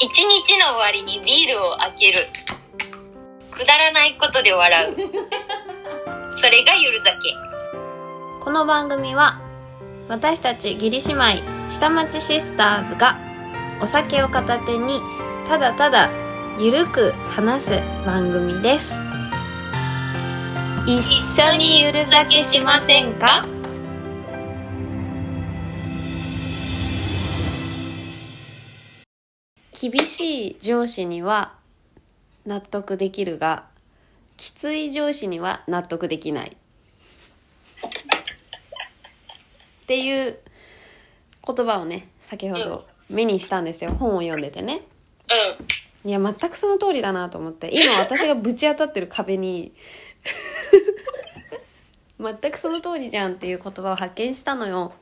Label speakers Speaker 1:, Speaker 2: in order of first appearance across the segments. Speaker 1: 一日の終わりにビールを開けるくだらないことで笑うそれがゆる酒
Speaker 2: この番組は私たち義理姉妹下町シスターズがお酒を片手にただただゆるく話す番組です一緒にゆる酒しませんか厳しい上司には納得できるがきつい上司には納得できないっていう言葉をね先ほど目にしたんですよ本を読んでてね
Speaker 1: うん
Speaker 2: いや全くその通りだなと思って今私がぶち当たってる壁に 全くその通りじゃんっていう言葉を発見したのよ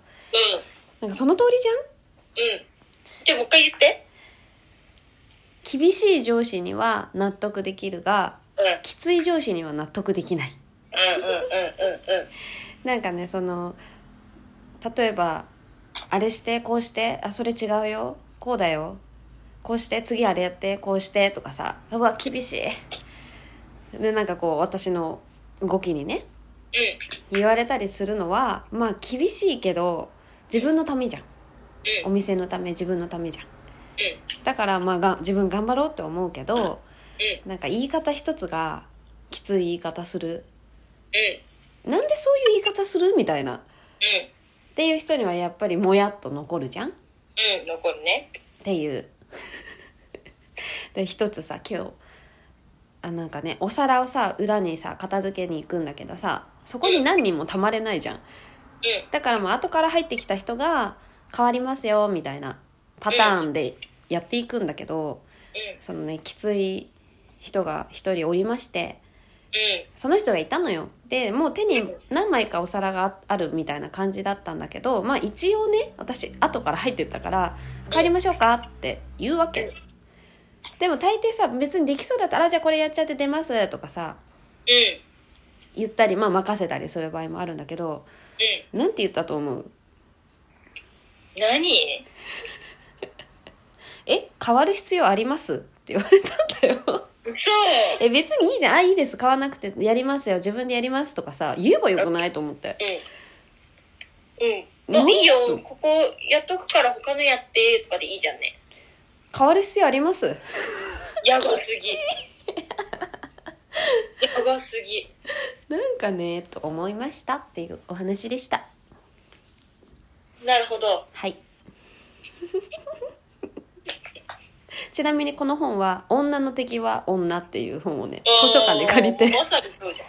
Speaker 1: うん
Speaker 2: なんかその通りじゃん
Speaker 1: うんじゃあもう一回言って
Speaker 2: 厳しい上司には納得できるが
Speaker 1: うん
Speaker 2: きつい上司には納得できない
Speaker 1: うんうんうんうんうん
Speaker 2: なんかねその例えばあれしてこうしてあそれ違うよこうだよこうして次あれやってこうしてとかさうわ厳しいでなんかこう私の動きにね
Speaker 1: うん
Speaker 2: 言われたりするのはまあ厳しいけど自分のためじゃん
Speaker 1: う
Speaker 2: お店のため自分のためじゃん
Speaker 1: うん
Speaker 2: だからまあが自分頑張ろうって思うけどなんか言い方一つがきつい言い方する
Speaker 1: うん
Speaker 2: なんでそういう言い方するみたいな
Speaker 1: うん
Speaker 2: っていう人にはやっぱりもやっと残るじゃんっ
Speaker 1: うんうん残るね
Speaker 2: ていう で一つさ今日あなんかねお皿をさ裏にさ片付けに行くんだけどさそこに何人もたまれないじゃん
Speaker 1: うん
Speaker 2: だからもう後から入ってきた人が変わりますよみたいなパターンでやっていくんだけど
Speaker 1: う
Speaker 2: そのねきつい人が一人おりまして
Speaker 1: ん
Speaker 2: その人がいたのよでもう手に何枚かお皿がああるみたいな感じだったんだけどまあ一応ね私後から入ってったから「帰りましょうか」って言うわけでも大抵さ別にできそうだったらあ「じゃあこれやっちゃって出ます」とかさ
Speaker 1: うん
Speaker 2: 言ったりまあ任せたりする場合もあるんだけど
Speaker 1: うん
Speaker 2: なんて言ったと思う
Speaker 1: 何
Speaker 2: え変わる必要ありますって言われたんだよ
Speaker 1: 嘘
Speaker 2: え別にいいじゃんあいいです買わなくてやりますよ自分でやりますとかさ言えばよくないと思って
Speaker 1: うん。うん。
Speaker 2: ね
Speaker 1: もういいよ、ここやっとくから他のやって、とかでいいじゃん ね。
Speaker 2: 変わる必要あります
Speaker 1: やばすぎ。やばすぎ。
Speaker 2: なんかねと思いましたっていうお話でした
Speaker 1: なるほど。
Speaker 2: はいちなみにこの本は「女の敵は女」っていう本をね 図書館で借りて
Speaker 1: うんまさにそうじ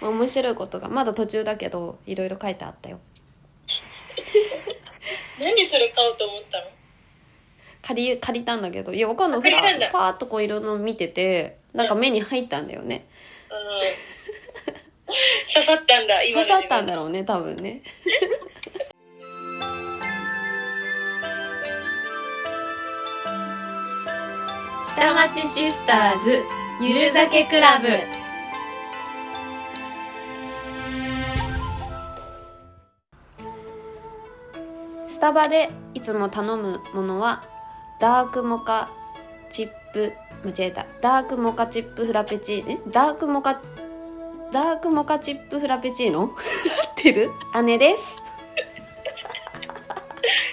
Speaker 1: ゃん。
Speaker 2: 面白いことがまだ途中だけどいろいろ書いてあったよ
Speaker 1: 何それ買おうと思ったの
Speaker 2: 借り借りたんだけどいやわかんない
Speaker 1: あ借りたんだ
Speaker 2: パーッとこういろいろ見ててなんか目に入ったんだよね
Speaker 1: うん。刺さったんだ、今
Speaker 2: 刺
Speaker 1: の
Speaker 2: さ
Speaker 1: 自
Speaker 2: ったん
Speaker 1: 分。
Speaker 2: だろうね多分ね 下町シスターズゆる酒クラブスタバでいつも頼むものはダークモカチップ間違えたダークモカチップフラペチーえダークモカダークモカチップフラペチーノ 合ってる姉です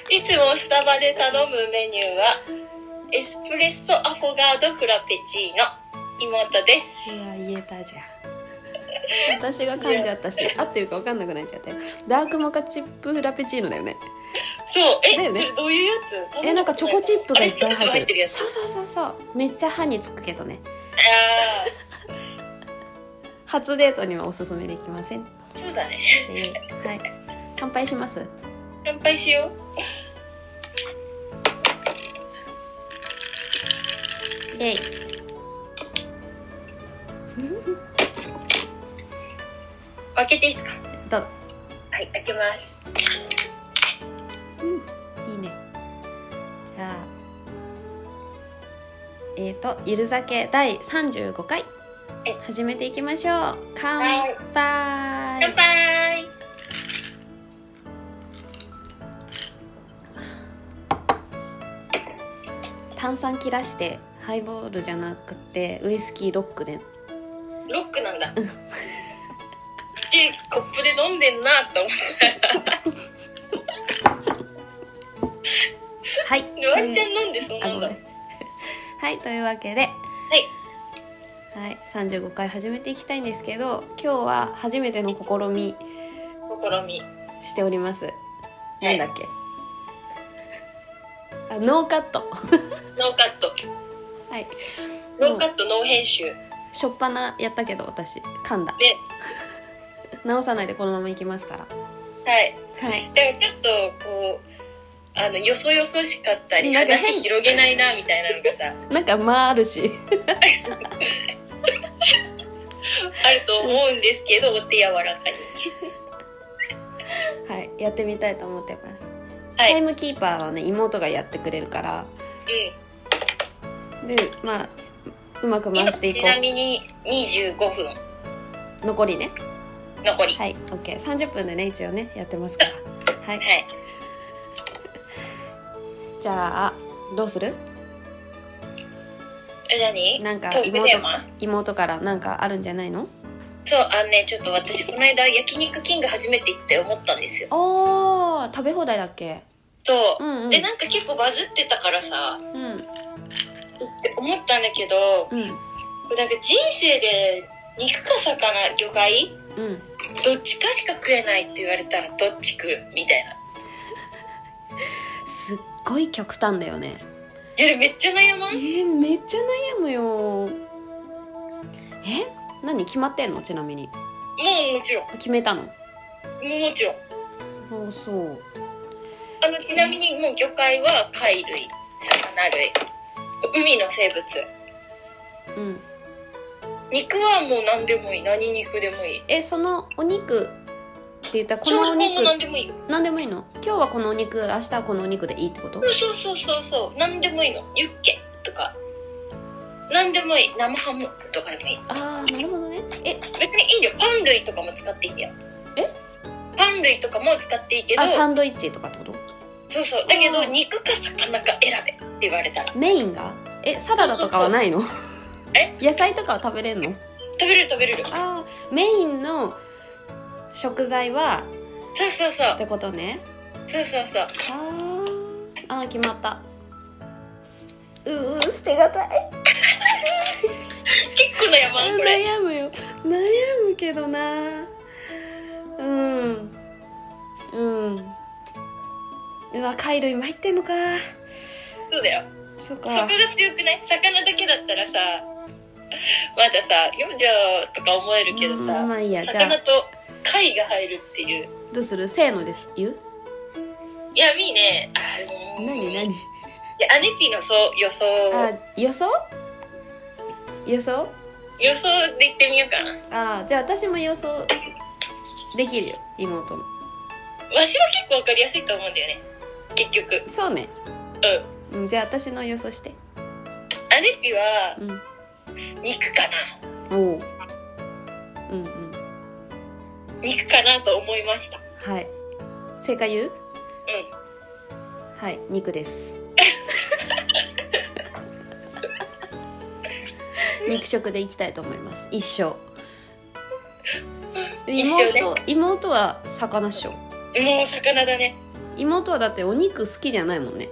Speaker 1: いつもスタバで頼むメニューは、エスプレッソアフォガードフラペチーノ。妹です。
Speaker 2: いや言えたじゃん私が噛んじゃったし合ってるか分かんなくなっちゃったよダークモカチップフラペチーノだよね
Speaker 1: そう、え、
Speaker 2: だよね
Speaker 1: それどういうやつ
Speaker 2: えなんかチョコチップがいっ
Speaker 1: あ
Speaker 2: ぱい
Speaker 1: れチョコチップ
Speaker 2: 入
Speaker 1: 入
Speaker 2: っ
Speaker 1: ってて
Speaker 2: る
Speaker 1: るやつ。
Speaker 2: そうそうそうそうめっちゃ歯につくけどね
Speaker 1: あ
Speaker 2: 初デートにはおすすめできませんって
Speaker 1: あ、そうだね。
Speaker 2: いうはい乾杯します
Speaker 1: 乾杯しよ
Speaker 2: イエイ
Speaker 1: う。開けていいですか
Speaker 2: どう
Speaker 1: はい、開けます。
Speaker 2: いいねじゃあえっ、ー、と「ゆる酒」第35回
Speaker 1: え
Speaker 2: 始めていきましょう乾杯
Speaker 1: 乾杯
Speaker 2: あ炭酸切らしてハイボールじゃなくてウイスキーロックで
Speaker 1: ロックなんだ。ちコップで飲んでんなと思ったら、
Speaker 2: はい
Speaker 1: でワンちゃん飲んでそん
Speaker 2: あ
Speaker 1: なん
Speaker 2: ご
Speaker 1: だ。
Speaker 2: め
Speaker 1: は
Speaker 2: ん
Speaker 1: い。
Speaker 2: はいというわけではい、35回始めていきたいんですけど今日は初めての試み
Speaker 1: 試み。
Speaker 2: しております
Speaker 1: は
Speaker 2: なん
Speaker 1: い
Speaker 2: だっけあノーカット
Speaker 1: ノーカット。
Speaker 2: はい
Speaker 1: ノーカット、ノー編集。
Speaker 2: しょっぱなやったけど私噛んだ
Speaker 1: で、
Speaker 2: 直さないでこのままいきますから
Speaker 1: はい。
Speaker 2: はい
Speaker 1: でもちょっと、こう、あの、よそよそしかったり、
Speaker 2: なんか変
Speaker 1: 話広げないな、みたいなのがさ、
Speaker 2: なんか間あるし
Speaker 1: あると思うんですけど、お手柔らかに。
Speaker 2: はいやってみたいと思ってます、
Speaker 1: はい
Speaker 2: タイムキーパーはね妹がやってくれるから
Speaker 1: う
Speaker 2: でまあうまく
Speaker 1: ん。今
Speaker 2: 回していこ
Speaker 1: ちなみに、25分
Speaker 2: う残りね
Speaker 1: 残り。は
Speaker 2: はいオッケー30分でね一応ねやってますからはい
Speaker 1: い。
Speaker 2: じゃあどうする
Speaker 1: え、何
Speaker 2: なんか
Speaker 1: トークテ
Speaker 2: 妹
Speaker 1: ーマ
Speaker 2: 妹からなんかあるんじゃないの
Speaker 1: そう、あのね、ちょっと私、この間、焼肉キング初めて行って思ったんですよ。
Speaker 2: おー食べ放題だっけ
Speaker 1: そうう。
Speaker 2: んうん
Speaker 1: で、なんか結構バズってたからさ、
Speaker 2: うんうん
Speaker 1: って思ったんだけど、なんか人生で肉か魚、魚介
Speaker 2: うん
Speaker 1: どっちかしか食えないって言われたらどっち食うみたいな。
Speaker 2: すっごい極端だよね
Speaker 1: いやめっちゃ悩ま
Speaker 2: え
Speaker 1: ん
Speaker 2: ー、めっちゃ悩むよえ何決まってんのちなみに
Speaker 1: もうもちろん。
Speaker 2: 決めたの
Speaker 1: もうもちろん。
Speaker 2: あそう
Speaker 1: あの、ちなみにもう魚介は貝類、魚類、海の生物。
Speaker 2: うん
Speaker 1: 肉はもう何でもいい。何肉でもいい。
Speaker 2: えそのお肉って言ったらこ
Speaker 1: 調
Speaker 2: の
Speaker 1: 理
Speaker 2: お
Speaker 1: 法も
Speaker 2: 肉
Speaker 1: 何でもいいよ。
Speaker 2: 何でもいいの今日はこのお肉明日はこのお肉でいいってこと
Speaker 1: そうそうそうそうそう。何でもいいの。ユッケとか。何でもいい。生ハムとかでもいい。
Speaker 2: ああなるほどねえ
Speaker 1: 別にいいんだよ。パン類とかも使っていいんだよ。
Speaker 2: え
Speaker 1: パン類とかも使っていいけど
Speaker 2: あ、サンドイッチとかってこと
Speaker 1: そうそう。だけ
Speaker 2: あ
Speaker 1: ど、
Speaker 2: ー
Speaker 1: 肉か魚か選べって言われたら。
Speaker 2: メインがえサラダとかはないの 野菜とかは食べれんの
Speaker 1: 食べれる食べれる。
Speaker 2: あーメインの食材は
Speaker 1: そうそうそう
Speaker 2: っ。てことね
Speaker 1: そうそうそう。
Speaker 2: あーあー決まったうー捨てがたい
Speaker 1: 結構悩
Speaker 2: あ
Speaker 1: まん、これ。
Speaker 2: ー悩むよ悩むけどなうんうんうわ貝類も入ってんのか
Speaker 1: そうだよ。
Speaker 2: そう
Speaker 1: そ
Speaker 2: か
Speaker 1: こが強くない魚だけだったらさ、まださ、40とか思えるけどさ、
Speaker 2: うんまあいいやじゃあ
Speaker 1: 魚と貝が入るっていう。
Speaker 2: どうするせーのです言う
Speaker 1: いや、みーね、あの
Speaker 2: 何
Speaker 1: いや、ア
Speaker 2: 何
Speaker 1: ネピーのそう予想、
Speaker 2: あ予想予想
Speaker 1: 予想で言ってみようかな。
Speaker 2: あーじゃあ私も予想できるよ妹の
Speaker 1: わしは結構わかりやすいと思うんだよね。結局。
Speaker 2: そうね
Speaker 1: うん。
Speaker 2: うんじゃあ私の予想して
Speaker 1: アネピーは
Speaker 2: うん
Speaker 1: 肉かな。
Speaker 2: おおうんうん
Speaker 1: 肉かなと思いました。
Speaker 2: はい正解言う
Speaker 1: うん。
Speaker 2: はい肉です肉食でいきたいと思います一生
Speaker 1: 一生ね
Speaker 2: 妹妹は魚っしょ
Speaker 1: もう魚だね。
Speaker 2: 妹はだってお肉好きじゃないもんね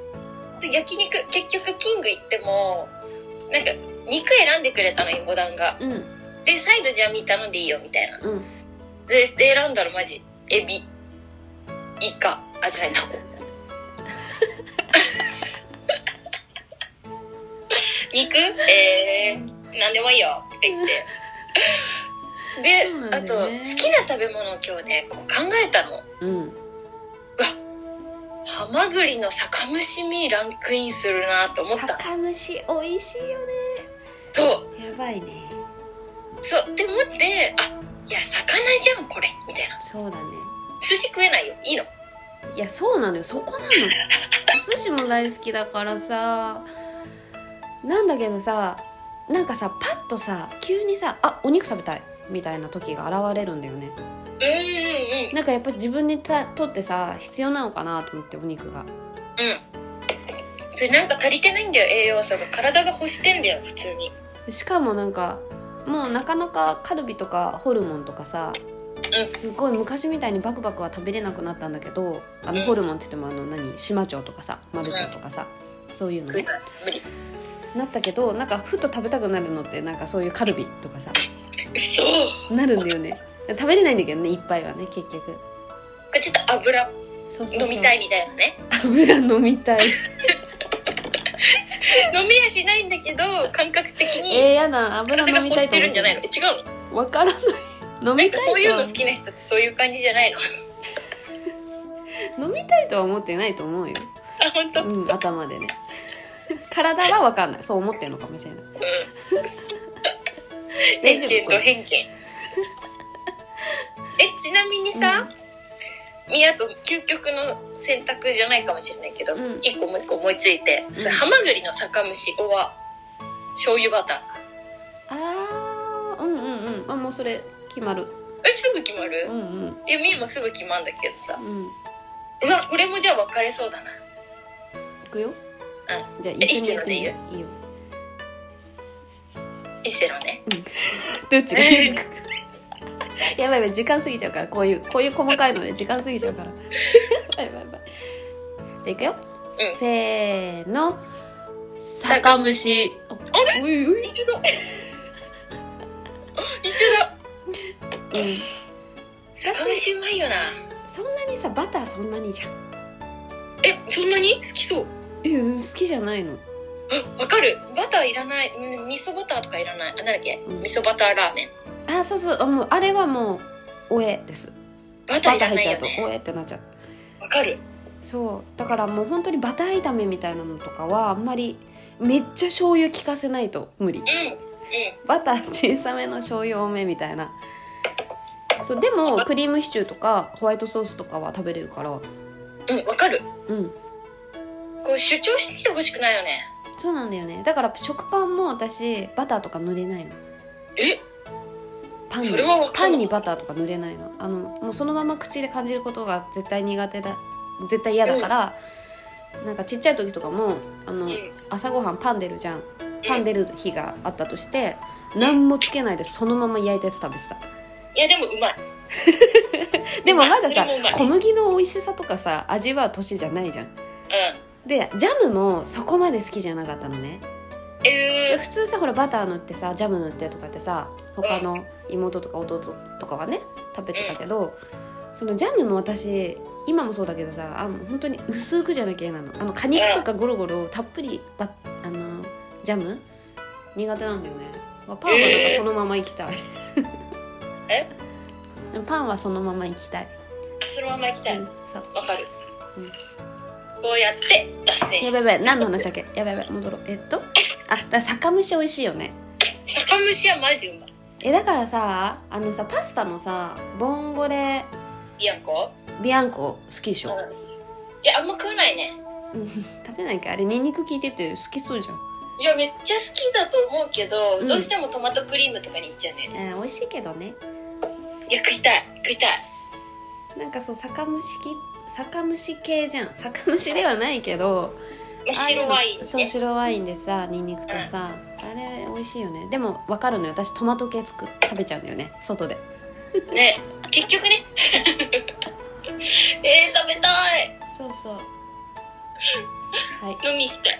Speaker 1: 焼肉、結局キング行っても、なんか、肉選んでくれたのよ、五段が。
Speaker 2: うん
Speaker 1: で、サイドじゃあミー頼んでいいよ、みたいな。
Speaker 2: うん
Speaker 1: で、で選んだらマジ、エビ、イカ、あ、じゃない、タコ。肉えー、なんでもいいよ、って言って。
Speaker 2: そうな
Speaker 1: で、
Speaker 2: んだ
Speaker 1: あと、
Speaker 2: よ
Speaker 1: 好
Speaker 2: ね
Speaker 1: きな食べ物を今日ね、こう考えたの。
Speaker 2: うん
Speaker 1: ハマグリの酒蒸しにランクインするなと思った。
Speaker 2: 酒蒸し美味しいよ
Speaker 1: そう。
Speaker 2: ねやばいね
Speaker 1: そうって思ってあいや魚じゃんこれみたいな
Speaker 2: そうだね
Speaker 1: 寿司食えないよいいの
Speaker 2: いやそうなのよそこ なのお寿司も大好きだからさなんだけどさなんかさパッとさ急にさ「あお肉食べたい」みたいな時が現れるんだよね
Speaker 1: うんうんうん
Speaker 2: なんかやっぱり自分でさ取ってさ必要なのかなと思ってお肉が
Speaker 1: うんそれなんか足りてないんだよ栄養素が体が欲してんだよ普通に
Speaker 2: しかもなんかもうなかなかカルビとかホルモンとかさ
Speaker 1: うん
Speaker 2: すごい昔みたいにバクバクは食べれなくなったんだけどあの
Speaker 1: うん
Speaker 2: ホルモンって言ってもあの何島町とかさマルチョとかさそういうの
Speaker 1: 無理
Speaker 2: ねなったけどなんかふと食べたくなるのってなんかそういうカルビとかさ
Speaker 1: そう
Speaker 2: なるんだよね食べれないんだけどねいっぱいはね結局
Speaker 1: ちょっと油
Speaker 2: そうそうそう
Speaker 1: 飲みたいみたいなね
Speaker 2: 油飲みたい
Speaker 1: 飲みやしないんだけど感覚的
Speaker 2: えー
Speaker 1: に
Speaker 2: やだ油
Speaker 1: 体が
Speaker 2: 飲み
Speaker 1: 欲
Speaker 2: たい
Speaker 1: してるんじゃないのえ違うの
Speaker 2: わからない飲
Speaker 1: なん
Speaker 2: み
Speaker 1: か
Speaker 2: た
Speaker 1: そう
Speaker 2: い
Speaker 1: い
Speaker 2: と
Speaker 1: うの
Speaker 2: は
Speaker 1: 好きな人ってそういう感じじゃないの
Speaker 2: 飲みたいとは思ってないと思うよ
Speaker 1: あ本当
Speaker 2: うん頭でね 体はわかんないそう思ってるのかもしれない大丈
Speaker 1: 偏
Speaker 2: 夫
Speaker 1: 見と偏見 えちなみにさ、ミヤと究極の選択じゃないかもしれないけど、
Speaker 2: うん
Speaker 1: 一個もう一個思いついて、それ
Speaker 2: うん
Speaker 1: ハマグリの酒蒸しおわ醤油バター
Speaker 2: あーうんうんうんあもうそれ決まる
Speaker 1: えすぐ決まる
Speaker 2: うんうん
Speaker 1: いやみーもすぐ決まんだけどさ
Speaker 2: うん
Speaker 1: うわこれもじゃあ分かれそうだな
Speaker 2: 行くよ、じゃあ一緒にやってみるいいよ
Speaker 1: 伊勢のね
Speaker 2: どっちがいいか やばいやばい時間過ぎちゃうからこういうこういう細かいので時間過ぎちゃうから やばいやばいやばいじゃあいくよ、
Speaker 1: うん
Speaker 2: せーの
Speaker 1: 酒
Speaker 2: 蒸しあれういうい
Speaker 1: 一緒だ一緒だ
Speaker 2: うん
Speaker 1: 酒蒸しうまいよな
Speaker 2: そんなにさバターそんなにじゃん
Speaker 1: えそんなに好きそう
Speaker 2: いや好きじゃないの
Speaker 1: わかるバターいらないうん味噌バターとかいらないあなんだっけ
Speaker 2: うん
Speaker 1: 味噌バターラーメン
Speaker 2: あそうそうあもうあれはもうおえです
Speaker 1: バター
Speaker 2: バ
Speaker 1: い
Speaker 2: タ
Speaker 1: ら
Speaker 2: ー入っ
Speaker 1: ない
Speaker 2: ちゃ
Speaker 1: よ
Speaker 2: うと
Speaker 1: ね
Speaker 2: おえってなっちゃう
Speaker 1: わかる
Speaker 2: そうだからもう本当にバター炒めみたいなのとかはあんまりめっちゃ醤油効かせないと無理
Speaker 1: うんうん
Speaker 2: バター小さめの醤油多めみたいなそうでもクリームシチューとかホワイトソースとかは食べれるから
Speaker 1: うんわかる
Speaker 2: うん
Speaker 1: こう主張してきてほしくないよね
Speaker 2: そうなんだよねだから食パンも私バターとか塗れないの
Speaker 1: え
Speaker 2: パン
Speaker 1: それはわ
Speaker 2: に
Speaker 1: か
Speaker 2: パ
Speaker 1: んない
Speaker 2: ンにバターとか塗れないのあのもうそのまま口で感じることが絶対苦手だ絶対嫌だから、なんかちっちゃい時とかもあの、
Speaker 1: うん
Speaker 2: 朝ごはんパン出るじゃんパン出る日があったとして、何もつけないでそのまま焼いたやつ食べてた
Speaker 1: いやでもうまい
Speaker 2: でもまだ
Speaker 1: それ
Speaker 2: さ
Speaker 1: もうまい
Speaker 2: 小麦の美味しさとかさ味は年じゃないじゃん
Speaker 1: う
Speaker 2: でジャムもそこまで好きじゃなかったのね
Speaker 1: んえ
Speaker 2: で普通さほらバター塗ってさジャム塗ってとかってさ他の妹とか弟とかはね食べてたけどそのジャムも私今もそうだけどさあの本当に薄くじゃなきゃ嫌なのあの果肉とかゴロゴロたっぷりバあのジャム苦手なんだよねパンはなんか
Speaker 1: えー
Speaker 2: そのままいきたい
Speaker 1: え
Speaker 2: パンはそのままいきたい、
Speaker 1: ー、あそのままいきたい
Speaker 2: うん
Speaker 1: わ
Speaker 2: そう
Speaker 1: かる、
Speaker 2: うん
Speaker 1: こうやって脱線
Speaker 2: や
Speaker 1: し
Speaker 2: ば
Speaker 1: て
Speaker 2: いやばい何の話だっけやばいやばい戻ろうえっとあだから酒蒸し美味しいよね
Speaker 1: 酒蒸しはマジうまい
Speaker 2: えだからさあのさパスタのさボンゴレ
Speaker 1: いやんこ
Speaker 2: ビアンコ好きでしょ
Speaker 1: いやあんま食わないね
Speaker 2: 食べないかあれニンニク効いてて好きそうじゃん、
Speaker 1: いやめっちゃ好きだと思うけど、
Speaker 2: うん
Speaker 1: どうしてもトマトクリームとかにいっちゃうんだよね
Speaker 2: えー美味しいけどね
Speaker 1: いや食いたい食いたい
Speaker 2: なんかそう酒蒸しき酒蒸し系じゃん酒蒸しではないけど
Speaker 1: 白ワイ
Speaker 2: ああいう
Speaker 1: ン
Speaker 2: の
Speaker 1: ね
Speaker 2: そう白ワインでさニンニクとさ、あれ美味しいよねでも分かるのよ私トマト系つく食べちゃうんだよね外で
Speaker 1: ね結局ね えー、食べたい
Speaker 2: そうそうはい
Speaker 1: 飲み行きたい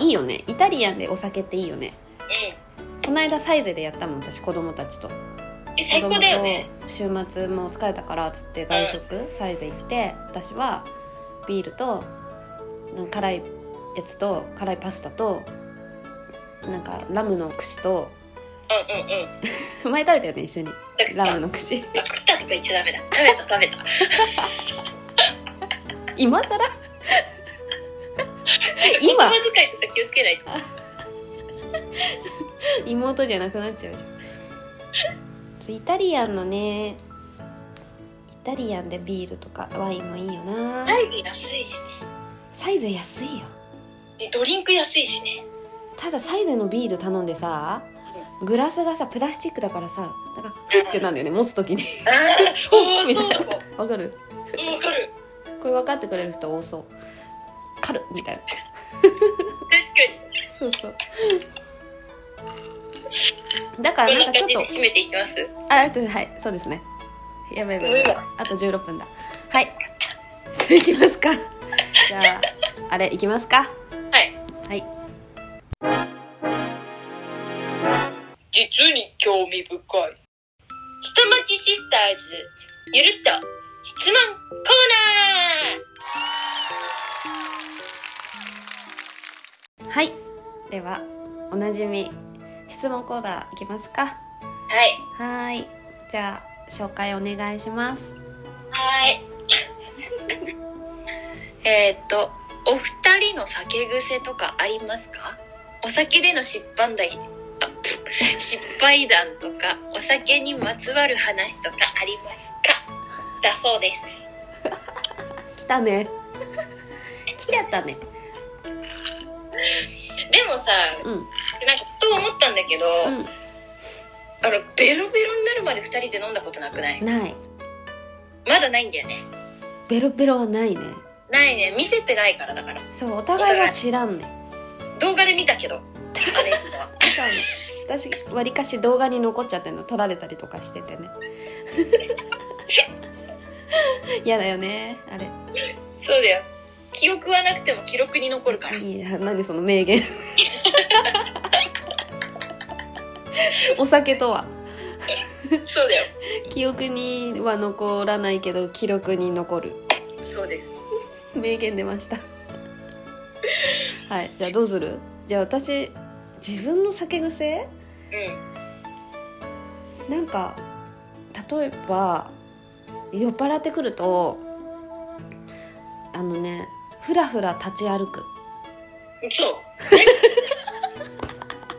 Speaker 2: いいよねイタリアンでお酒っていいよね
Speaker 1: う
Speaker 2: この間サイゼでやったもん私子供たちと
Speaker 1: んえ最高だよね
Speaker 2: 子供と週末もう疲れたからっつって外食サイズ行って私はビールとなんか辛いやつと辛いパスタとなんかラムの串と
Speaker 1: うんうんうん
Speaker 2: 前食べたよね一緒に
Speaker 1: 食った
Speaker 2: ラム
Speaker 1: あ
Speaker 2: の串
Speaker 1: 食ったとか言っちゃダメだ食べた食べた
Speaker 2: 今更
Speaker 1: 言
Speaker 2: 今
Speaker 1: 葉遣いとか気をつけないと
Speaker 2: 妹じゃなくなっちゃうじゃんそうイタリアンのねイタリアンでビールとかワインもいいよな
Speaker 1: サイズ安いし
Speaker 2: サイズ安いよ
Speaker 1: ねでドリンク安いしね
Speaker 2: ただサイゼのビール頼んでさグラスがさプラスチックだからさなんかフッてなんだよね持つ時に
Speaker 1: ああおお
Speaker 2: みた
Speaker 1: そ
Speaker 2: いうな
Speaker 1: だもん
Speaker 2: わかる
Speaker 1: わかる
Speaker 2: これ分かってくれる人多そうカルみたいな
Speaker 1: 確かに
Speaker 2: そうそうだからなんかちょっと
Speaker 1: 締めていきます
Speaker 2: あちょっとはいそうですねやばいやばいやば
Speaker 1: う
Speaker 2: いあと16分だはい それいきますかじゃああれいきますか
Speaker 1: はい
Speaker 2: はい
Speaker 1: 実に興味深い下町シスターズゆるっと質問コー
Speaker 2: はいではおなじみ質問コーナーいきますか
Speaker 1: ナーはい
Speaker 2: はーいじゃあ紹介お願いします
Speaker 1: はい。 えーっと、お二人の酒癖とかありますかお酒での失敗談、あプ失敗談とか、お酒にまつわる話とかありますかだそうです。
Speaker 2: 来たね 来ちゃったね
Speaker 1: でもさ、
Speaker 2: うんうん
Speaker 1: なんか、ふと思ったんだけど、あの、ベロベロになるまで二人で飲んだことなくない
Speaker 2: ない
Speaker 1: まだないんだよね。
Speaker 2: ベロベロはないね
Speaker 1: ないね。見せてないからだから。
Speaker 2: そうお互いは知らんね
Speaker 1: 動画で見たけど、あれ は。
Speaker 2: 知らんね私わりかし動画に残っちゃってんの撮られたりとかしててね 嫌だよねあれ
Speaker 1: そうだよ。記憶はなくても記録に残るから。
Speaker 2: いや何その名言 お酒とは
Speaker 1: そうだよ。
Speaker 2: 記憶には残らないけど記録に残る
Speaker 1: そうです。
Speaker 2: 名言出ましたはいじゃあどうするじゃあ私自分の酒癖
Speaker 1: うん。
Speaker 2: なんか例えば酔っ払ってくるとあのねふらふら立ち歩く
Speaker 1: そう。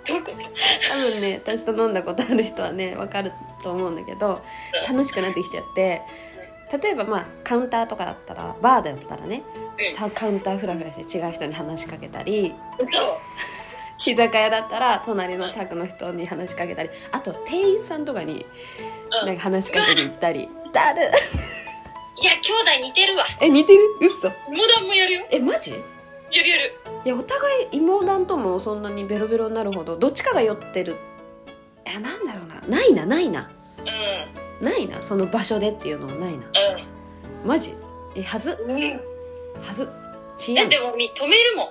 Speaker 1: どういうこと
Speaker 2: 多 分ね私と飲んだことある人はねわかると思うんだけど楽しくなってきちゃって例えばまあカウンターとかだったらバーだったらね
Speaker 1: うん
Speaker 2: たカウンターフラフラして違う人に話しかけたり
Speaker 1: そう。
Speaker 2: 居酒屋だったら隣の宅の人に話しかけたりあと店員さんとかに
Speaker 1: うん
Speaker 2: なんか話しかけに行ったりだる
Speaker 1: いや、兄弟似てるわ。
Speaker 2: え似てる嘘
Speaker 1: モダンもやるよ。
Speaker 2: えマジ
Speaker 1: やるやる。
Speaker 2: いやお互い妹団ともそんなにベロベロになるほどどっちかが酔ってるいやなんだろうなないなないな
Speaker 1: う。
Speaker 2: ないなその場所でっていうのはないなんマジえはず
Speaker 1: うん。うん。
Speaker 2: はずち
Speaker 1: だ
Speaker 2: や
Speaker 1: っ
Speaker 2: ん
Speaker 1: てもうみ止める もん。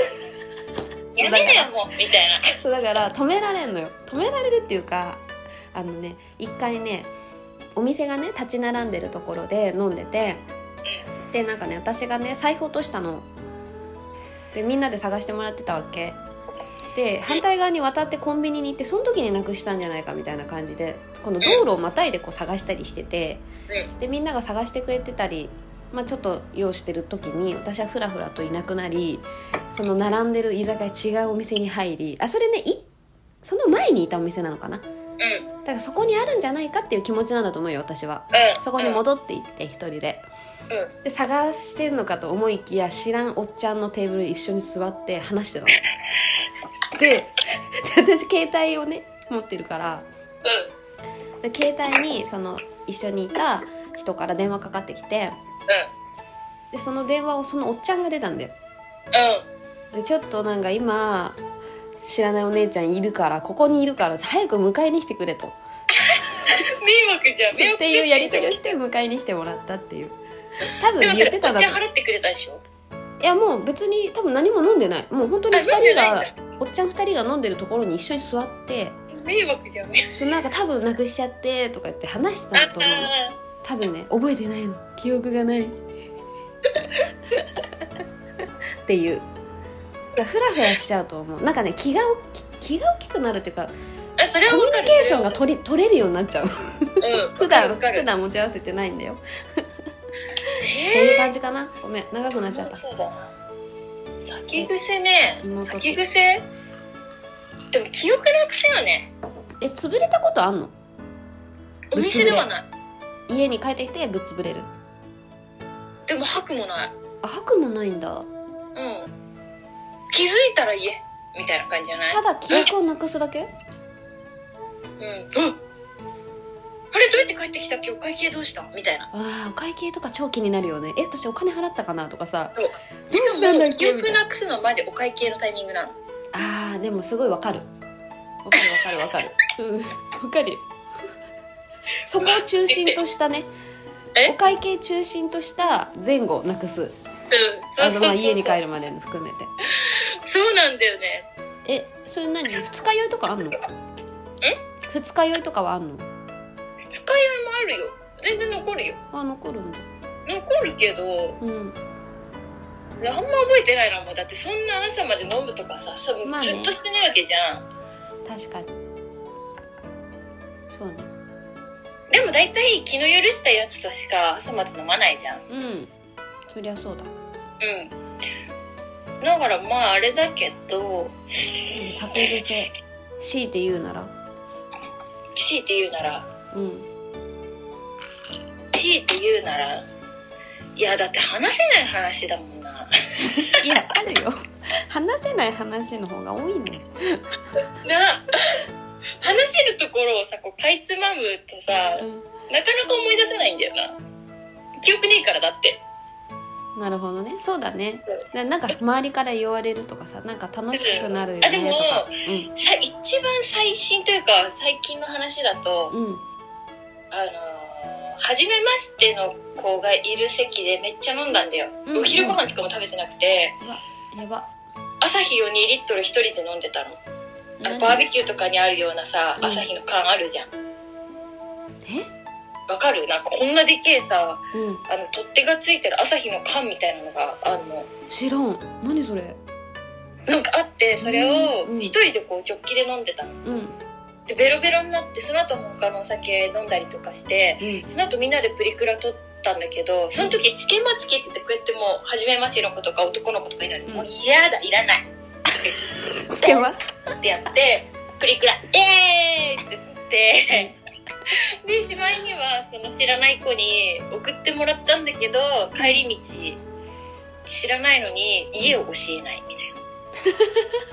Speaker 1: ちゃんとやめなよ、もう。みたいな。
Speaker 2: そうだから止められんのよ止められるっていうかあのね一回ねお店がね立ち並んでるところで飲んでてでなんかね私がね財布落としたのでみんなで探してもらってたわけで反対側に渡ってコンビニに行ってその時になくしたんじゃないかみたいな感じでこの道路をまたいでこう探したりしててでみんなが探してくれてたり、まあ、ちょっと用してる時に私はふらふらといなくなりその並んでる居酒屋違うお店に入りあそれねいその前にいたお店なのかなだ
Speaker 1: うん。うん。
Speaker 2: からそこにあるんじゃないかっていう気持ちなんだと思うよ私はそこに戻って行って一人で、で探してるのかと思いきや知らんおっちゃんのテーブルに一緒に座って話してたのでで私携帯をね持ってるから
Speaker 1: う
Speaker 2: で携帯にその一緒にいた人から電話かかってきてでその電話をそのおっちゃんが出たんだよ
Speaker 1: ん。うん。
Speaker 2: でちょっとなんか今知らないお姉ちゃんいるからここにいるから早く迎えに来てくれとっ
Speaker 1: うん。迷惑じゃん。迷惑
Speaker 2: ていうやり取りをして迎えに来てもらったっていう多分
Speaker 1: で
Speaker 2: 言
Speaker 1: も
Speaker 2: っ
Speaker 1: それ、
Speaker 2: て
Speaker 1: こ
Speaker 2: た
Speaker 1: っ
Speaker 2: な
Speaker 1: ち
Speaker 2: と
Speaker 1: は払ってくれたでしょ
Speaker 2: いやもう別に多分何も飲んでないもう本当に2
Speaker 1: あ飲んで
Speaker 2: 人
Speaker 1: ないん
Speaker 2: が
Speaker 1: だ
Speaker 2: おっちゃん2人が飲んでるところに一緒に座って
Speaker 1: 迷惑じゃん。迷惑
Speaker 2: そのなんか多分なくしちゃってとか言って話してたと思うの多分ね覚えてないの記憶がないっていうだからフラフラしちゃうと思うなんかね気が大き気が大きくなるっていうか
Speaker 1: あ、それは
Speaker 2: コミュ
Speaker 1: わ
Speaker 2: ニ
Speaker 1: かる。
Speaker 2: ケーションが取り取れるようになっちゃう
Speaker 1: うん。
Speaker 2: 普
Speaker 1: 普段
Speaker 2: 段
Speaker 1: わか
Speaker 2: 普
Speaker 1: る。
Speaker 2: 段持ち合わせてないんだよって
Speaker 1: え
Speaker 2: いう感じかなごめん長くなっちゃった
Speaker 1: そうだな酒癖ね
Speaker 2: 妹と
Speaker 1: 酒癖でも記憶なくせよね
Speaker 2: え潰れたことあんの
Speaker 1: お店ではない
Speaker 2: 家に帰ってきてぶっ潰れる
Speaker 1: でも吐くもない
Speaker 2: あ吐くもないんだ
Speaker 1: うん気づいたら言えみたいな感じじゃない
Speaker 2: ただ記憶をなくすだけ
Speaker 1: うんうんあれどうやって帰ってきたっけお会計どうしたみたいな
Speaker 2: あーお会計とか超気になるよねえ私お金払ったかなとかさ
Speaker 1: そうし
Speaker 2: どうした
Speaker 1: か
Speaker 2: んだっ
Speaker 1: も
Speaker 2: け
Speaker 1: 記憶なくすのマジお会計のタイミングなの
Speaker 2: あーでもすごいわかるわかるわかるわ かるうんわかるよそこを中心としたね
Speaker 1: え
Speaker 2: お会計中心とした前後をなくす
Speaker 1: うんそうそ
Speaker 2: あの
Speaker 1: うそ
Speaker 2: ま
Speaker 1: う
Speaker 2: あ家に帰るまでの含めて
Speaker 1: そうなんだよね
Speaker 2: えそれ何二日酔いとかあんの
Speaker 1: え
Speaker 2: 二日酔いとかはあんの
Speaker 1: 二日酔いもあるよ全然残るよ
Speaker 2: あ残るんだ
Speaker 1: 残るけど
Speaker 2: うん
Speaker 1: あんま覚えてないなもうだってそんな朝まで飲むとかささ
Speaker 2: まあね
Speaker 1: ずっとしてないわけじゃん、
Speaker 2: 確かにそうね
Speaker 1: でも大体気の許したやつとしか朝まで飲まないじゃんう
Speaker 2: うんそりゃそうだ
Speaker 1: んだからまああれだけど
Speaker 2: 酒癖強いて言うなら
Speaker 1: 強いて言うなら
Speaker 2: うん
Speaker 1: 強いて言うならいやだって話せない話だもんない
Speaker 2: やあるよ話せない話の方が多いの
Speaker 1: な話せるところをさこうかいつまむとさなかなか思い出せないんだよな記憶ねえからだって
Speaker 2: うんなるほどねそうだね
Speaker 1: そう
Speaker 2: ななんか周りから言われるとかさなんか楽しくなるよね
Speaker 1: あでも
Speaker 2: と
Speaker 1: さ一番最新というか最近の話だと
Speaker 2: かうんうん
Speaker 1: あのー初めましての子がいる席でめっちゃ飲んだんだよ、
Speaker 2: うん
Speaker 1: お昼ご飯とかも食べてなくて
Speaker 2: やば
Speaker 1: 朝日を2リットル1人で飲んでたのあの
Speaker 2: 何
Speaker 1: バーベキューとかにあるようなさ
Speaker 2: うん
Speaker 1: 朝日の缶あるじゃん
Speaker 2: え
Speaker 1: わかるなんかこんなでけえさ
Speaker 2: うん
Speaker 1: あの取っ手がついてる朝日の缶みたいなのがあの
Speaker 2: 知らん何それ
Speaker 1: なんかあってそれを
Speaker 2: うんうん
Speaker 1: 1人でこうジョッキで飲んでたの
Speaker 2: うんうん
Speaker 1: でベロベロになってその後も他のお酒飲んだりとかしてその後みんなでプリクラ撮ったんだけどその時つけまつけって言ってこうやってもう初めましての子とか男の子とかいないのに、
Speaker 2: うん
Speaker 1: もう嫌だいらない
Speaker 2: つけま
Speaker 1: ってや ってプリクラ「イエーイ!」って言ってでしまいにはその知らない子に送ってもらったんだけど帰り道知らないのに家を教えないみたい な。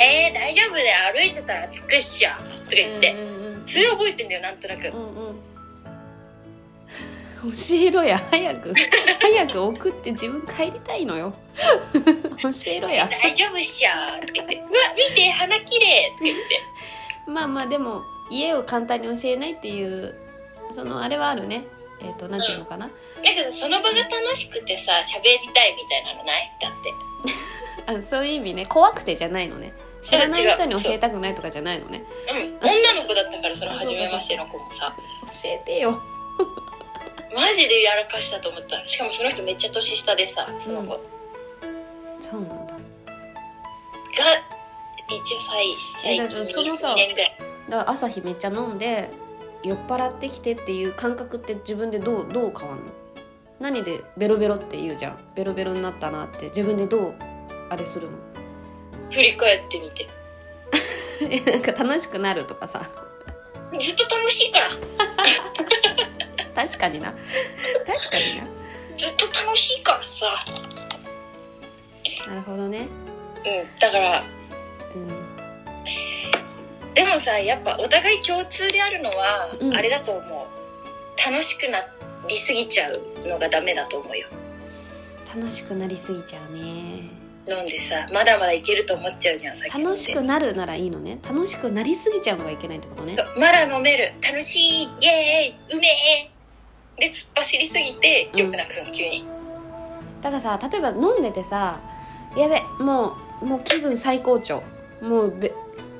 Speaker 1: えー、大丈夫で歩いてたら着くっしょとか言って、
Speaker 2: うんうんうん
Speaker 1: それ覚えてんだよなんとなく
Speaker 2: うんうん教えろや早く早く送って自分帰りたいのよ 教えろや
Speaker 1: 大丈夫っしゃーとか言って「うわ見て花綺麗とか言って
Speaker 2: まあまあでも家を簡単に教えないっていうそのあれはあるねえっ、となんていうのかな、
Speaker 1: なんかさその場が楽しくてさ喋りたいみたいなのないだって
Speaker 2: あそういう意味ね怖くてじゃないのね知らない人に教えたくないとかじゃないのね
Speaker 1: うん女の子だったからその初めましての子もさ
Speaker 2: 教えてよ
Speaker 1: マジでやらかしたと思ったしかもその人めっちゃ年下でさその子が
Speaker 2: そうなんだ
Speaker 1: 一応最
Speaker 2: え
Speaker 1: 最
Speaker 2: だ
Speaker 1: 近
Speaker 2: ってそのさ
Speaker 1: 2年ぐらい
Speaker 2: だから朝日めっちゃ飲んで酔っ払ってきてっていう感覚って自分でどうどう変わんの何でベロベロって言うじゃんベロベロになったなって自分でどうあれするの
Speaker 1: 振り返ってみて
Speaker 2: えなんか楽しくなるとかさ
Speaker 1: ずっと楽しいからずっ
Speaker 2: 確かにな 確かにな
Speaker 1: と楽しいからさ
Speaker 2: なるほどね
Speaker 1: うんだから
Speaker 2: うん
Speaker 1: でもさやっぱお互い共通であるのは、
Speaker 2: うん
Speaker 1: あれだと思う楽しくなりすぎちゃうのがダメだと思うよ
Speaker 2: 楽しくなりすぎちゃうね
Speaker 1: 飲んでさまだまだいけると思っちゃうじゃん酒って
Speaker 2: 楽しくなるならいいのね楽しくなりすぎちゃうのがいけないってことね
Speaker 1: そうまだ飲める楽しいイエーイうめえで突っ走りすぎて記憶なくすの急に、
Speaker 2: だからさ例えば飲んでてさやべもうもう気分最高潮もうべ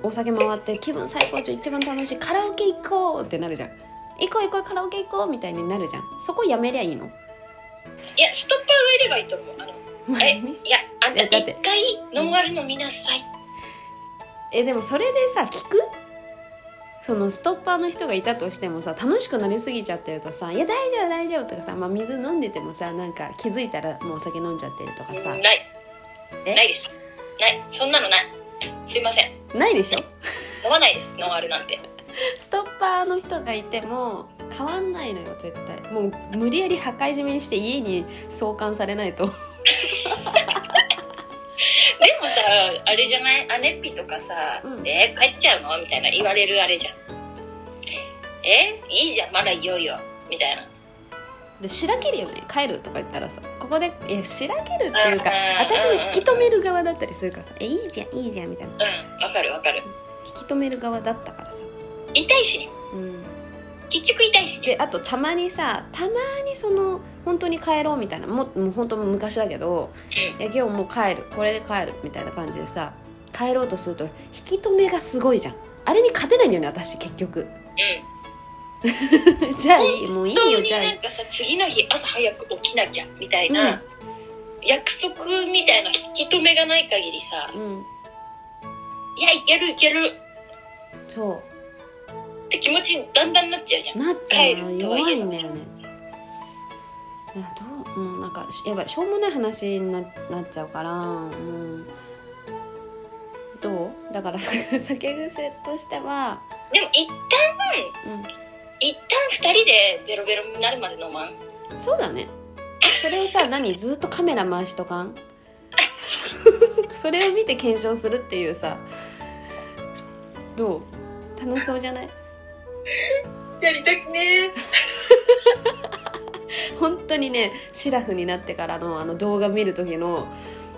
Speaker 2: お酒回って気分最高潮一番楽しいカラオケ行こうってなるじゃん行こう行こうカラオケ行こうみたいになるじゃんそこやめりゃいいの
Speaker 1: いやストッパーがいればいいと思うあのえいやあんた
Speaker 2: いやだっ
Speaker 1: 一
Speaker 2: て
Speaker 1: 回ノンアル飲みなさい
Speaker 2: えでもそれでさ聞くそのストッパーの人がいたとしてもさ楽しくなりすぎちゃってるとさ「いや大丈夫大丈夫」とかさ、まあ、水飲んでてもさなんか気づいたらもうお酒飲んじゃってるとかさ
Speaker 1: ない
Speaker 2: え
Speaker 1: ないですないそんなのないすいません
Speaker 2: ないでしょ
Speaker 1: 飲まないですノンアルなんて
Speaker 2: ストッパーの人がいても変わんないのよ絶対もう無理やり破壊締めにして家に送還されないと
Speaker 1: でもさあれじゃないアネッピとかさ「
Speaker 2: うん
Speaker 1: えー帰っちゃうの?」みたいな言われるあれじゃんえいいじゃんまだいよいよみたいな
Speaker 2: でしらけるよね帰るとか言ったらさここでいやしらけるっていうか
Speaker 1: うん
Speaker 2: 私も引き止める側だったりするからさ「えいいじゃんいいじゃん」みたいな
Speaker 1: うんわかるわかる
Speaker 2: 引き止める側だったからさ
Speaker 1: 痛いしね
Speaker 2: うん
Speaker 1: 結局痛いしね
Speaker 2: であとたまにさたまにその本当に帰ろうみたいなもうもう本当昔だけど「いや今日もう帰るこれで帰る」みたいな感じでさ帰ろうとすると引き止めがすごいじゃんあれに勝てないんだよね私結局
Speaker 1: う
Speaker 2: じゃあいいもういい
Speaker 1: ん本
Speaker 2: よじ
Speaker 1: 当
Speaker 2: ゃあ
Speaker 1: に
Speaker 2: い
Speaker 1: ないんかさ次の日朝早く起きなきゃみたいな、
Speaker 2: うん
Speaker 1: 約束みたいな引き止めがない限りさ「
Speaker 2: うん
Speaker 1: いやいけるいける」
Speaker 2: そ
Speaker 1: って気持ちにだんだんなっちゃうじゃん
Speaker 2: うなっちゃ
Speaker 1: 帰
Speaker 2: うの
Speaker 1: るとは
Speaker 2: 弱
Speaker 1: 言え
Speaker 2: い
Speaker 1: ど
Speaker 2: んだよねいやどううんなんかしやばいしょうもない話にななっちゃうからうんどうだからさ酒癖としては
Speaker 1: でも一旦
Speaker 2: うん
Speaker 1: 一旦二人でベロベロになるまで飲まん
Speaker 2: そうだねそれをさ何ずっとカメラ回しとかん それを見て検証するっていうさどう楽しそうじゃない
Speaker 1: やりたくね
Speaker 2: 本当にねシラフになってからのあの動画見る時の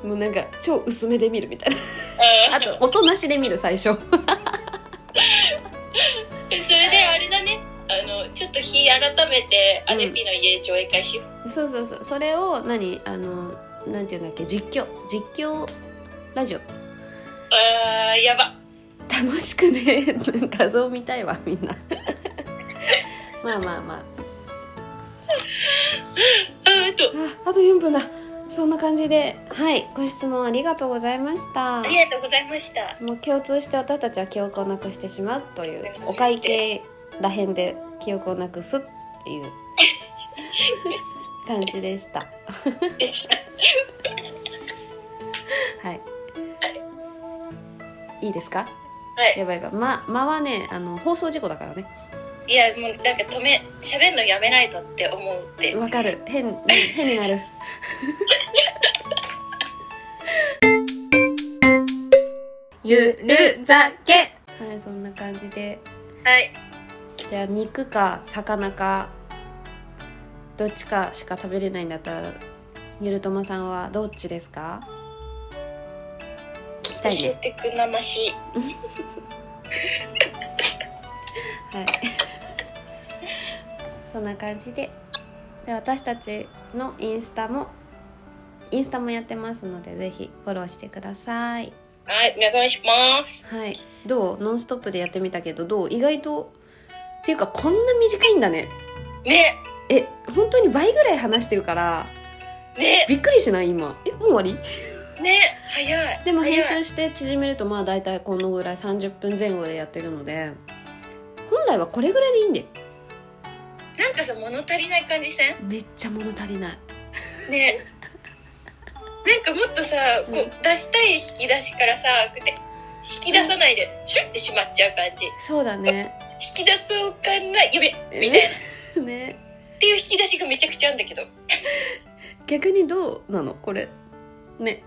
Speaker 2: もうなんか超薄めで見るみたいなあと音なしで見る最初
Speaker 1: うん それであれだねあのちょっと日改めてアネピの家で上映会しよう、
Speaker 2: そうそうそうそれを何あのなんていうんだっけ実況実況ラジオ
Speaker 1: あーやば
Speaker 2: 楽しくね 画像見たいわみんな まあまあまあ
Speaker 1: あーと
Speaker 2: ああと4分だそんな感じではいご質問ありがとうございました
Speaker 1: ありがとうございました
Speaker 2: もう共通して私たちは記憶をなくしてしまうというお会計らへんで記憶をなくすって いう感じでした
Speaker 1: でした
Speaker 2: はいいいですか
Speaker 1: はい
Speaker 2: やばいやばいま間はねあの放送事故だからね
Speaker 1: いやもうなんか止め喋るのやめないとって思うって
Speaker 2: わかる変ね変になるゆるざけはいそんな感じで
Speaker 1: はい
Speaker 2: じゃあ肉か魚かどっちかしか食べれないんだったらゆるともさんはどっちですか聞きた
Speaker 1: 教
Speaker 2: いね
Speaker 1: えてくなまし
Speaker 2: はい。 そんな感じで。で、私たちのインスタも。インスタもやってますので、ぜひフォローしてください。
Speaker 1: はいお願いします
Speaker 2: はい。どう、ノンストップでやってみたけど、どう、意外と。っていうか、こんな短いんだね。
Speaker 1: ね
Speaker 2: え、本当に倍ぐらい話してるから。
Speaker 1: ね
Speaker 2: びっくりしない、今。え、もう終わり。
Speaker 1: ね早い
Speaker 2: でも
Speaker 1: 早い
Speaker 2: 編集して縮めると、まあ、だいたいこのぐらい三十分前後でやってるので。本来はこれぐらいでいいんだよ。
Speaker 1: なんかさ物足りない感じせん
Speaker 2: めっちゃ物足りない。
Speaker 1: ねなんかもっとさこう
Speaker 2: うん
Speaker 1: 出したい引き出しからさこうやって引き出さないでシュッてしまっちゃう感じ
Speaker 2: そうだね。
Speaker 1: 引き出そうかなやべっみたいな
Speaker 2: え ね
Speaker 1: ていう引き出しがめちゃくちゃあるんだけど
Speaker 2: 逆にどうなのこれね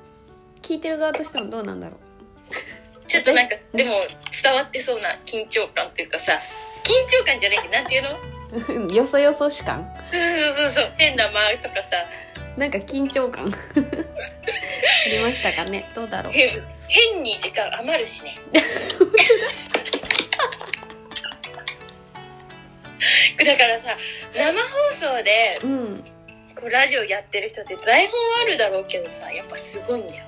Speaker 2: 聞いてる側としてもどうなんだろう
Speaker 1: ちょっとなんか
Speaker 2: うん
Speaker 1: でも伝わってそうな緊張感というかさ緊張感じゃないけどなんていうの
Speaker 2: よそよそし感
Speaker 1: そうそうそうそう変な間とかさ
Speaker 2: なんか緊張感 ありましたかねどうだろう
Speaker 1: 変変に時間余るし ねだからさ生放送で
Speaker 2: うん
Speaker 1: こうラジオやってる人って台本あるだろうけどさやっぱすごいんだよ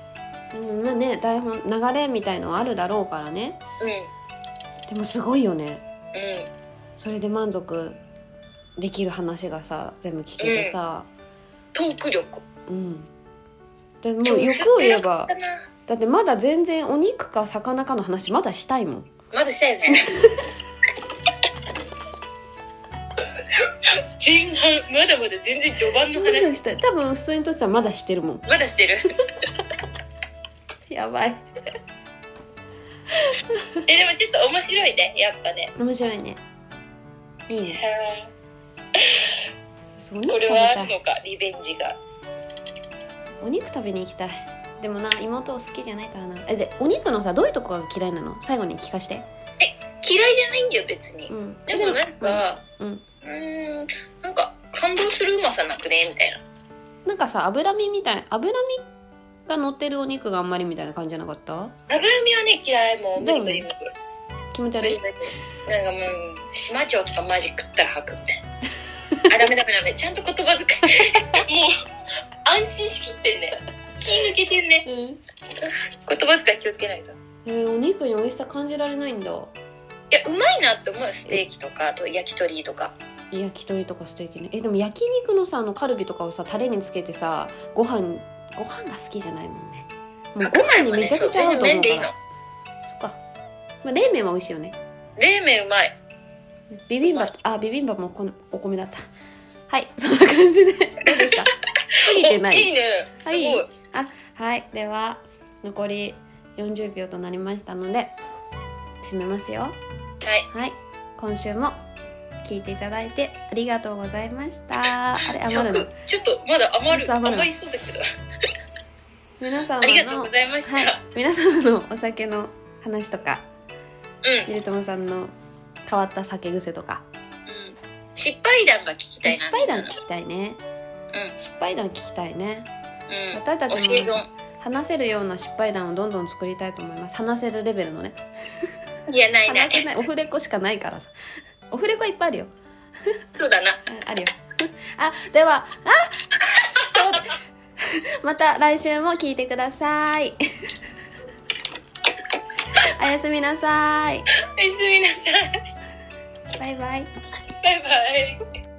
Speaker 2: うんまあね台本流れみたいのはあるだろうからね
Speaker 1: うんうん
Speaker 2: でもすごいよねそれで満足できる話がさ全部聞けてさ
Speaker 1: トーク力
Speaker 2: うんでもう欲を言えば
Speaker 1: 薄っぺらかっ
Speaker 2: だってまだ全然お肉か魚かの話まだしたいもん
Speaker 1: たなまだしたよ ね前半まだまだ全然序盤の
Speaker 2: まだ
Speaker 1: 話
Speaker 2: したい多分普通にとってはまだしてるもん
Speaker 1: まだしてる
Speaker 2: やばい
Speaker 1: えでもちょっと面白いねやっぱね
Speaker 2: 面白いねいいねそうお
Speaker 1: こ
Speaker 2: 肉食べ
Speaker 1: れは
Speaker 2: た
Speaker 1: ある
Speaker 2: い
Speaker 1: のかリベンジが
Speaker 2: お肉食べに行きたいでもな妹好きじゃないからなえでお肉のさどういうとこが嫌いなの最後に聞かして
Speaker 1: 嫌嫌いじゃないんだよ別に
Speaker 2: うん
Speaker 1: でもなんか
Speaker 2: うんうん
Speaker 1: うーんなんか感動するうまさなくねみたいな
Speaker 2: なんかさ脂身みたいな脂身が乗ってるお肉があんまりみたいな感じじゃなかった
Speaker 1: 脂身はね嫌いもう
Speaker 2: だ
Speaker 1: 無
Speaker 2: よ
Speaker 1: 理無
Speaker 2: ね
Speaker 1: 理無理
Speaker 2: 気持ち
Speaker 1: 無
Speaker 2: 悪い
Speaker 1: 理無理なんかもう島町とかマジ食ったら吐くみたいなあダメダメダメちゃんと言葉遣いもう安心しきってんね気抜けてんね
Speaker 2: うん
Speaker 1: 言葉遣い気をつけないとい
Speaker 2: えーお肉に美味しさ感じられないんだ
Speaker 1: やうまいなって思うよステーキとかあと焼き鳥とか
Speaker 2: 焼き鳥とかステーキねえでも焼肉のさあのカルビとかをさタレにつけてさご飯ご飯が好きじゃないもんねもうご飯にめちゃくちゃ合うと思
Speaker 1: 麺
Speaker 2: うか
Speaker 1: でいいの
Speaker 2: らそっか、まあ、冷麺は美味しいよね
Speaker 1: 冷麺うまい
Speaker 2: ビビンバあビビンバもこのお米だったはいそんな感じでどうですか過ぎてな
Speaker 1: おいい
Speaker 2: い
Speaker 1: ねすごい、
Speaker 2: はいあはいでは残り40秒となりましたので締めますよ
Speaker 1: はい
Speaker 2: はい、今週も聞いていただいてありがとうございました。あれ余る
Speaker 1: 食
Speaker 2: の。
Speaker 1: ちょっとまだ余る
Speaker 2: そう余る
Speaker 1: 余りそうだけど
Speaker 2: 皆様
Speaker 1: ありがとう
Speaker 2: の
Speaker 1: ございました、
Speaker 2: はい、皆様のお酒の話とか、
Speaker 1: う
Speaker 2: ゆるともさんの変わった酒癖とか、
Speaker 1: ん、うん、失敗談が聞きたいな
Speaker 2: 失敗談聞きたいね。
Speaker 1: う
Speaker 2: 失敗談聞きたいね。
Speaker 1: んうん
Speaker 2: 私た
Speaker 1: お
Speaker 2: ち
Speaker 1: シーズ
Speaker 2: も話せるような失敗談をどんどん作りたいと思います。話せるレベルのね。
Speaker 1: ンいやないない
Speaker 2: 話せないオフレコしかないからさ。オフレコはいっぱいあるよ。
Speaker 1: そうだな
Speaker 2: うんあるよ。 あ、では、あそう また来週も聞いてください。 おやすみなさい。
Speaker 1: おやすみなさい
Speaker 2: バイバイ。
Speaker 1: バイバイ